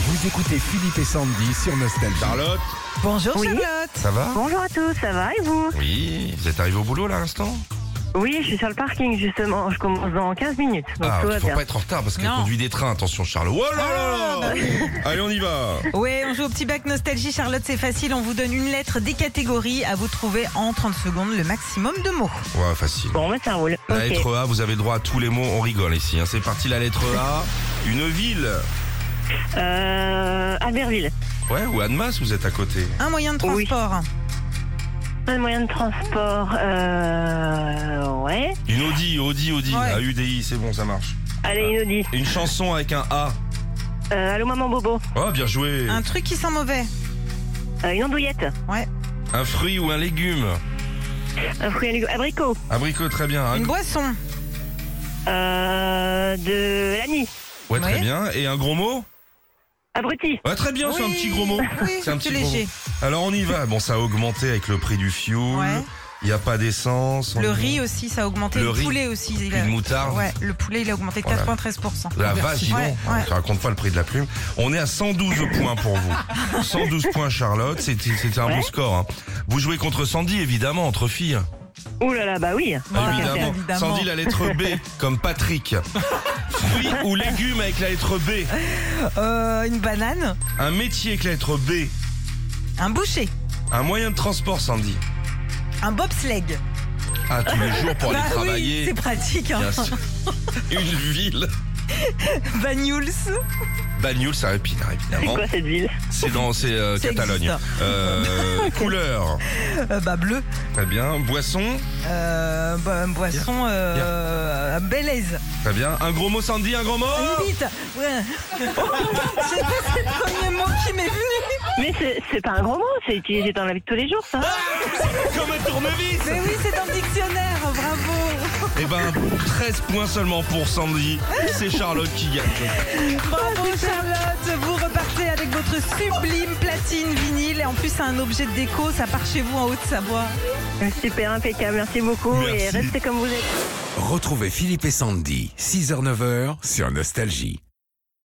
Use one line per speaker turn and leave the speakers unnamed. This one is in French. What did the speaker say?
Vous écoutez Philippe et Sandy sur Nostalgie.
Charlotte
Bonjour
Oui.
Charlotte.
Ça
va
Bonjour à tous, ça va et vous
Oui, vous êtes arrivé au boulot là à l'instant
Oui, je suis sur le parking justement, je commence dans 15 minutes, donc
Ah,
tout va
faut
bien. Ah, bah
pas être en retard parce qu'elle
Non.
conduit des trains, attention Charlotte. Oh là là là Allez, on y va
Oui, on joue au petit bac nostalgie. Charlotte, c'est facile. On vous donne une lettre des catégories à vous trouver en 30 secondes le maximum de mots.
Ouais, facile.
Bon, mais ça roule.
La
Ok.
lettre A, vous avez le droit à tous les mots, on rigole ici. hein. C'est parti, la lettre A. Une ville
Euh, Albertville,
Ouais, ou Annemasse, vous êtes à côté.
Un moyen de
Oui.
transport.
pas de moyen de transport. Euh, ouais.
Une Audi, Audi, Audi.
Ouais.
A-U-D-I, c'est bon, ça marche.
Allez, Inodi.
Une chanson avec un A.
Euh, allô, maman Bobo.
Oh, bien joué
Un truc qui sent mauvais.
Euh, une andouillette.
Un fruit ou un légume
Un fruit à légumes. Abricot.
Abricot, très bien. Un-
Une boisson.
Euh, de l'ami.
Ouais, très
Ouais.
bien. Et un gros mot
Abruti.
Ouais, très bien, c'est un
Oui.
petit gros mot.
Oui,
C'est un
plus
petit gros
léger.
Alors on y va. Bon, ça a augmenté avec le prix du fioul. Il
Ouais.
n'y a pas d'essence.
Le
On-
riz aussi, ça a augmenté.
Le
Le,
riz.
poulet aussi. il
Prix
a-
de moutarde.
Ouais, le poulet, il a augmenté de
Voilà.
93%.
La vache, dis donc.
Ouais,
Ah,
ouais.
Je te raconte pas le prix de la plume. On est à 112 points pour vous. 112 points, Charlotte. C'était c'était un bon
Ouais.
score. hein. Vous jouez contre Sandy, évidemment, entre filles.
Ouh là là, bah oui.
Voilà,
Ah, évidemment.
évidemment.
Sandy, la lettre B, comme Patrick. Fruits ou légumes avec la lettre B.
Euh, une banane.
Un métier avec la lettre B.
Un boucher.
Un moyen de transport, Sandy.
Un bobsleigh.
Ah, tous les jours pour aller
Bah oui,
travailler.
c'est pratique. Hein.
Bien sûr. Une ville.
Banyuls.
Bagnoul, ça répine,
C'est
évidemment.
quoi cette ville
C'est dans c'est euh,
Ça
Catalogne.
existe.
Euh, couleur.
Euh, bah bleu.
Très bien. Boisson.
Euh, bah, boisson. Euh, Belize.
Très bien. Un gros mot Sandy, un gros mot.
Vite ouais. Je sais pas, c'est le premier mot qui m'est venu
Mais c'est c'est pas un gros mot, c'est utilisé dans la vie de tous les jours, ça.
Comme un tournevis.
Mais oui, c'est un dictionnaire, bravo
Eh ben 13 points seulement pour Sandy. C'est Charlotte qui gagne.
Bravo Charlotte Vous repartez avec votre sublime platine vinyle et en plus c'est un objet de déco, ça part chez vous en Haute-Savoie.
Super impeccable, merci beaucoup
Merci.
et restez comme vous êtes.
Retrouvez Philippe et Sandy, 6h-9h sur Nostalgie.